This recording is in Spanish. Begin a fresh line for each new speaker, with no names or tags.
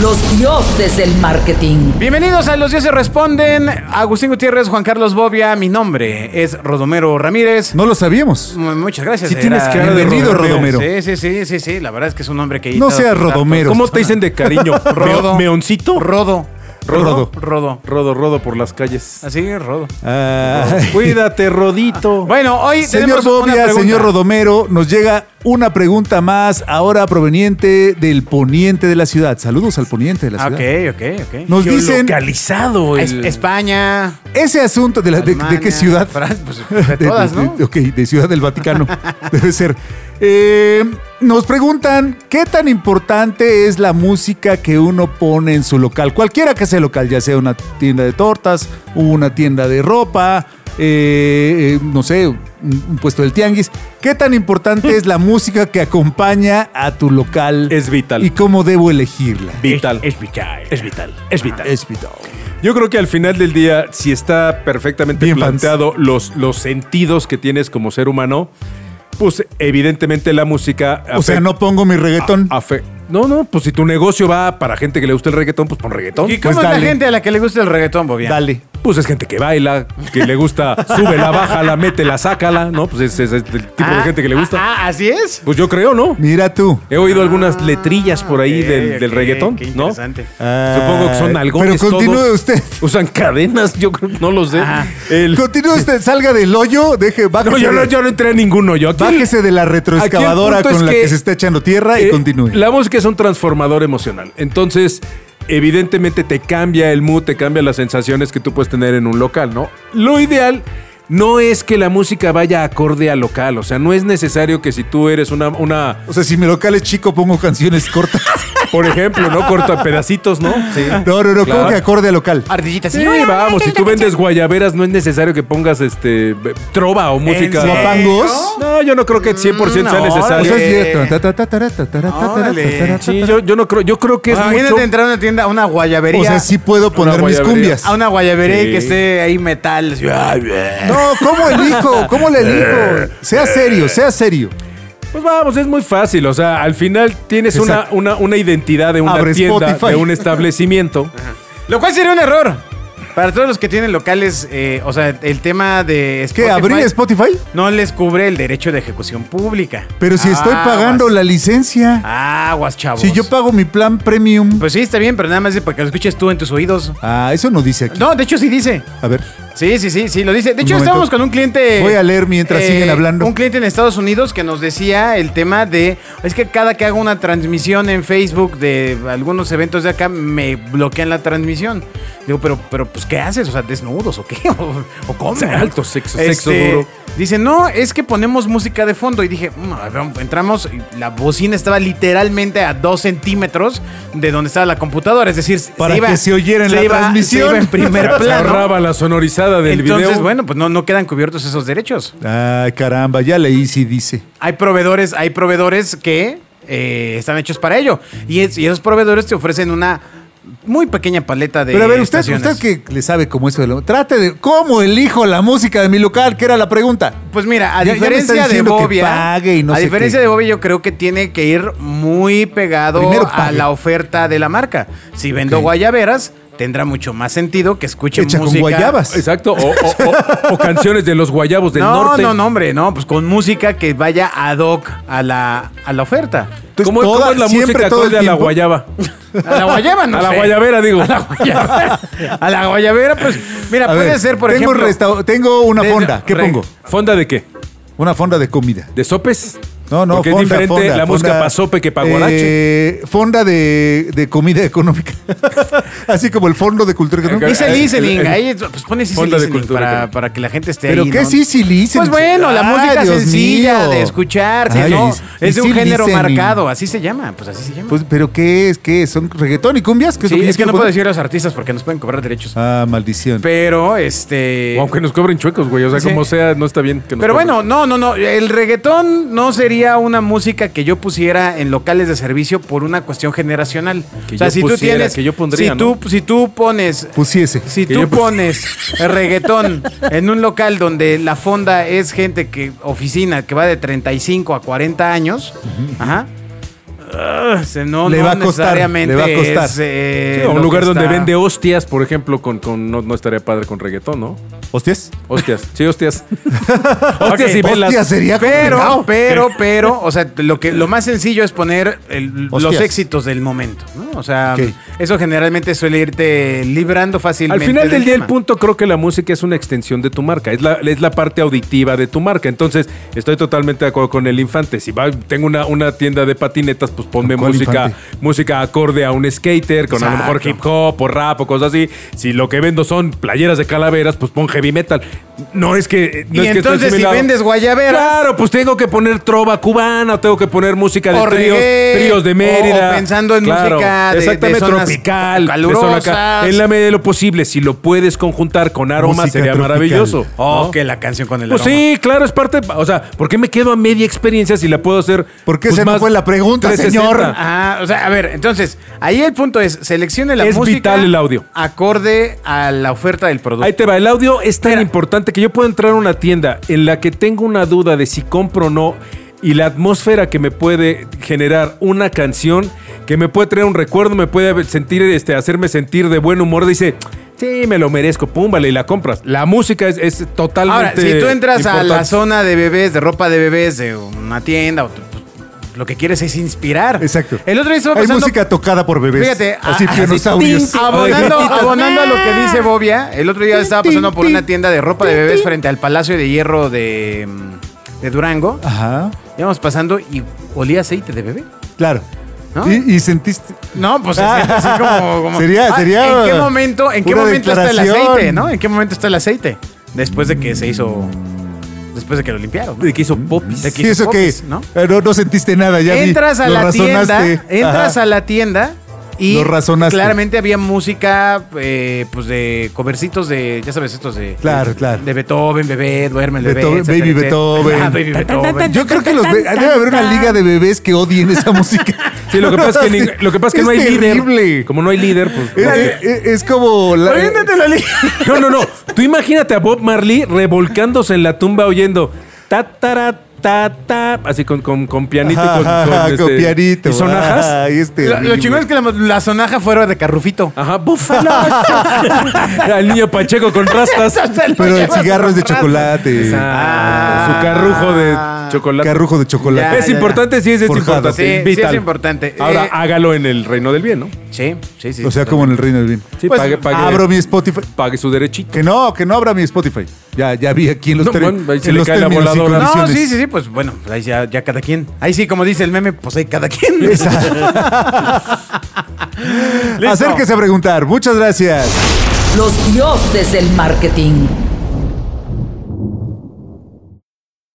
Los dioses del marketing.
Bienvenidos a Los Dioses Responden. Agustín Gutiérrez, Juan Carlos Bobia. Mi nombre es Rodomero Ramírez.
No lo sabíamos.
M- Muchas gracias.
Sí tienes cara de
bienvenido,
Rodomero.
Sí, sí, sí, sí, sí. La verdad es que es un nombre que... he
No
imitado
seas
con tanto-
Rodomero.
¿Cómo te dicen de cariño?
Rodo.
¿Rodo? ¿Meoncito?
Rodo.
Rodo.
Rodo.
Rodo, rodo por las calles.
Así es, Rodo.
Ay.
Cuídate, Rodito.
Bueno, hoy
Ah. Señor
tenemos una
Bobia,
pregunta.
señor Rodomero, nos llega una pregunta más ahora proveniente del poniente de la ciudad. Saludos al poniente de la
Ah,
ciudad.
Ok, ok, ok.
Nos dicen
Geolocalizado
Es-
el-
España.
ese asunto de, la- de- de
Alemania,
qué ciudad.
Francia, pues, de todas, ¿no?
ok, de Ciudad del Vaticano. Debe ser. Eh, nos preguntan qué tan importante es la música que uno pone en su local. Cualquiera que sea local, ya sea una tienda de tortas, una tienda de ropa, eh, eh, no sé, un, un puesto del tianguis. ¿Qué tan importante es la música que acompaña a tu local?
Es vital.
¿Y cómo debo elegirla?
Vital.
Es vital.
Es vital. Es vital.
Es vital.
Yo creo que al final del día, si está perfectamente
Bien,
planteado los, los sentidos que tienes como ser humano, pues evidentemente la música.
O sea,
afecta-
no pongo mi reggaetón.
afe- no, no, pues si tu negocio va para gente que le gusta el reggaetón, pues pon reggaetón.
¿Y cómo
Pues
es la
dale.
gente a la que le gusta el reggaetón, Bobia?
Dale.
Pues es gente que baila, que le gusta, súbela, bájala, métela, sácala, ¿no? Pues es, es el tipo de
Ah,
gente que le gusta.
Ah, ah, así es.
Pues yo creo, ¿no?
Mira tú.
He oído algunas letrillas por ahí
ok,
del, del
ok,
reggaetón,
qué
¿no?
interesante.
Supongo que son algones
Ah, Pero continúe
todos.
usted.
Usan cadenas, yo creo, no lo sé.
Ajá.
El-
Continúe usted, salga del hoyo, deje, bájese,
no, yo no,
de,
yo no entré a ninguno. Yo aquí-
bájese de la
Aquí
retroexcavadora
el punto
con la
es que,
que se está echando tierra y
eh,
continúe.
La música es un transformador emocional. Entonces, evidentemente te cambia el mood, te cambia las sensaciones que tú puedes tener en un local, ¿no? Lo ideal no es que la música vaya acorde al local. O sea, no es necesario que si tú eres una. una
O sea, si mi local es chico, pongo canciones cortas.
por ejemplo, ¿no? Corta pedacitos, ¿no? Sí.
No, no, no,
Claro.
como que acorde al local.
Ardillitas.
Sí, vamos, si tú vendes guayaberas no es necesario que pongas este be- trova o música.
serio?
¿Guapangos?
No, yo no creo que 100% sea
No,
Mm, O
necesario.
sea,
órale.
es de- ta, ta, ta, ta, ta, ta, ta, ta,
Órale.
ta, ta, ta.
Sí, yo, yo no creo, yo creo que es
Imagínate
mucho.
entrar a una tienda, a una guayabería.
O sea, sí puedo poner mis
guayabería.
cumbias.
A una guayabería y
Sí.
que esté ahí metal. así, ay, bleh.
No, ¿cómo elijo? ¿Cómo le elijo? Sea serio, sea serio.
Pues vamos, es muy fácil. O sea, al final tienes una,
Exacto.
una, una identidad de una
Abre
tienda,
Spotify.
de un establecimiento.
Lo cual sería un error. Para todos los que tienen locales, eh, o sea, el tema de
¿Qué? ¿Abrir Spotify?
no les cubre el derecho de ejecución pública.
Pero si estoy
Ah,
Aguas.
pagando la licencia.
Aguas, chavos.
Si yo pago mi plan premium.
Pues sí, está bien, pero nada más es para que lo escuches tú en tus oídos.
Ah, eso no dice aquí.
No, de hecho sí dice.
A ver.
Sí, sí, sí, sí, lo dice. De
Un
hecho,
momento.
estábamos con un cliente. eh,
Voy a leer mientras siguen hablando.
Un cliente en Estados Unidos que nos decía el tema de. Es que cada que hago una transmisión en Facebook de algunos eventos de acá, me bloquean la transmisión. Digo, pero, pero, pues, ¿qué haces? O sea, ¿desnudos o qué? ¿O, o cómo?
Alto sexo, sexo
Este,
duro.
Dice, no, es que ponemos música de fondo. Y dije, "Mm, a ver, entramos, y la bocina estaba literalmente a dos centímetros de donde estaba la computadora. Es decir,
Para que se oyera en la
iba-
transmisión.
Se iba en primer
Se
plano.
ahorraba la sonorizada del
Entonces,
video.
bueno, pues no, no quedan cubiertos esos derechos.
Ay, caramba, ya leí si dice.
Hay proveedores, hay proveedores que eh, están hechos para ello. Y, es- y esos proveedores te ofrecen una muy pequeña paleta de
Pero a ver, usted,
estaciones.
usted que le sabe cómo eso de la- Trate de. ¿Cómo elijo la música de mi local? Que era la pregunta.
Pues mira, a
Ya- ya me está
diferencia de
diciendo que
Bobia,
pague y no
a
sé
diferencia
qué.
de Bobia, yo creo que tiene que ir muy pegado
Primero
a
pague.
la oferta de la marca. Si vendo
Ok.
guayaberas, tendrá mucho más sentido que escuche
Hecha con
música.
guayabas.
Exacto. O, o- o- o canciones de los guayabos del
no,
norte.
no, no, hombre, no, pues con música que vaya ad hoc a la, a la oferta.
Entonces,
¿Cómo, cómo
toda-
es la
siempre,
música
todo el
acorde a la
tiempo.
guayaba?
A la guayaba, no
a la
sé.
guayabera, digo.
A la guayabera, pues, mira,
A
puede
ver,
ser, por
tengo
ejemplo.
resta- tengo una
Desde-
fonda. ¿Qué
re-
pongo?
¿Fonda de qué?
Una fonda de comida.
¿De sopes?
No, no,
Porque
fonda,
es diferente
fonda,
la música
fonda,
para sope que para guarache.
eh, Fonda de, de comida económica. Así como el fondo de cultura económica.
Easy
el-
listening,
el-
ahí pues pones easy
Fonda de
listening
cultura,
para,
claro.
para que la gente esté
¿Pero
ahí.
qué
¿no?
es easy
Pues
listening?
bueno, la
Ay,
música
Dios
sencilla
mío.
de escuchar, ¿sí,
Ay,
¿no?
easy-
Es de un
easy
género
listening.
marcado, así se llama, pues así se llama.
Pues, ¿Pero qué es? ¿Qué es? ¿Son reggaetón y cumbias? ¿Qué es
Sí,
lo que yo
es que no
quiero
puedo
poner?
decir a los artistas porque nos pueden cobrar derechos.
Ah, maldición.
Pero, este...
O Aunque nos cobren chuecos, güey. O sea,
Sí.
como sea, no está bien que nos
Pero
cobren.
bueno, no, no, no. El reggaetón no sería una música que yo pusiera en locales de servicio por una cuestión generacional.
Que
o sea,
yo
si tú
pusiera,
tienes.
que yo pondría,
si,
¿no?
tú, si tú pones.
Pusiese.
Si
Que
tú
yo pues, pus-
pones reggaetón en un local donde la fonda es gente que oficina que va de 35 a 40 años, ajá, ah, se- no,
Le
no
va a costar,
necesariamente
le va a costar.
es, eh,
Sí, o
lo
un lugar
que
donde
está-
vende hostias, por ejemplo, con, con- no, no estaría padre con reggaetón, ¿no?
¿Hostias?
Hostias, sí, hostias. hostias y
Ok,
velas.
Hostias sería
Pero,
complicado.
pero, pero, o sea, lo, que, lo más sencillo es poner el- los
Hostias.
éxitos del momento, ¿no? O sea,
Ok.
eso generalmente suele irte librando
Al
fácilmente.
final del día, el
tema.
punto creo que la música es una extensión de tu marca, es la, es la parte auditiva de tu marca. Entonces, estoy totalmente de acuerdo con el infante. Si va- tengo una, una tienda de patinetas, pues ponme
¿Cuál
música,
Infante?
música acorde a un skater, con a lo mejor
Exacto.
hip hop o rap o cosas así. Si lo que vendo son playeras de calaveras, pues pon heavy metal. No es que. No
Y
es que esté
entonces, si
asimilado.
vendes guayaberas.
Claro, pues tengo que poner trova cubana, o tengo que poner música de
O
tríos,
reggae,
tríos de Mérida.
o pensando en música de- de
exactamente,
zonas
tropical, de zona
calurosas.
acá. En la medida de lo posible, si lo puedes conjuntar con aromas,
Música
sería
tropical.
maravilloso.
Oh,
¿no?
que la canción con el
Pues
aroma.
sí, claro, es parte. O sea, ¿por qué me quedo a media experiencia si la puedo hacer?
¿Por qué
pues,
se me
más
fue la pregunta,
360?
señor?
Ah, o sea, a ver, entonces, ahí el punto es, seleccione la
Es
música.
vital el audio.
Acorde a la oferta del producto.
Ahí te va, el audio es tan
Mira.
importante que yo puedo entrar a una tienda en la que tengo una duda de si compro o no y la atmósfera que me puede generar una canción, que me puede traer un recuerdo, me puede sentir, este, hacerme sentir de buen humor, dice, sí, me lo merezco, pum, vale, y la compras. La música es, es totalmente...
Ahora, si tú entras a la
importante.
zona de bebés, de ropa de bebés, de una tienda, o tu- pues, lo que quieres es inspirar.
Exacto.
El otro día estaba
Hay
pasando-
música tocada por
pues,
bebés.
Fíjate,
así,
a- así,
dinosaurios.
tin, abonando,
Oye,
abonando a lo que dice Bobia, el otro día estaba pasando por una tienda de ropa de bebés frente al Palacio de Hierro de, mm, de Durango.
Ajá,
Ah.
Íbamos pasando y olía aceite de bebé.
claro.
¿No?
¿Y, y sentiste.
No, pues así, así como, como-
Sería-
Ah,
sería
¿En qué momento, en qué
una
momento está el
declaración.
aceite, no? ¿En qué momento está el aceite? Después de que se hizo, después de que lo limpiaron. ¿no?
De que hizo popis.
De que
¿Y
hizo
eso qué?
popis,
¿no?
pues, ¿no?
no sentiste nada ya. ni
entras a
lo
la tienda,
razonaste.
entras
Ajá.
a la tienda y
Lo razonaste.
claramente había música, eh, pues de covercitos de, ya sabes, estos de,
Claro, claro.
de Beethoven, bebé, duerme, el bebé,
Beethoven,
etcétera,
Baby
etcétera.
Beethoven.
Ah, baby Beethoven.
Yo creo que los be- debe haber una liga de bebés que odien esa música.
Sí, lo que pasa es que, ning- lo que, pasa es que no hay
terrible.
líder. Como no hay líder, pues...
Es,
no sé.
es- es como la. eh,
No, no, no. Tú imagínate a Bob Marley revolcándose en la tumba oyendo. Ta, tará, ta, ta, así con, con, con pianito y con,
Ajá, ajá,
este,
con pianito.
Y sonajas.
Ay, es
Lo, lo
terrible.
chingón es que la, la sonaja fuera de Carrufito.
Ajá, búfalo. El niño Pacheco con rastas.
Pero el cigarro es de chocolate.
Ah, su carrujo de
Ah.
chocolate.
Carrujo de chocolate.
Ya,
es importante, sí, es, es
Forjado.
importante.
Sí, sí,
vital.
es importante.
Ahora
Eh,
hágalo en el reino del bien, ¿no?
Sí, sí, sí.
O sea, como en el reino del bien.
Sí,
Pues,
pague, pague,
Abro mi Spotify.
pague su derechito.
Que no, que no abra mi Spotify. Ya, ya vi aquí en los,
No,
ter-
bueno, ahí se
en
le
los
cae la
términos y
voladora. No,
No,
condiciones.
sí, sí, sí, pues bueno, pues ahí ya, ya cada quien. Ahí sí, como dice el meme, pues ahí cada quien. Listo.
Acérquese a preguntar. Muchas gracias.
Los dioses del marketing.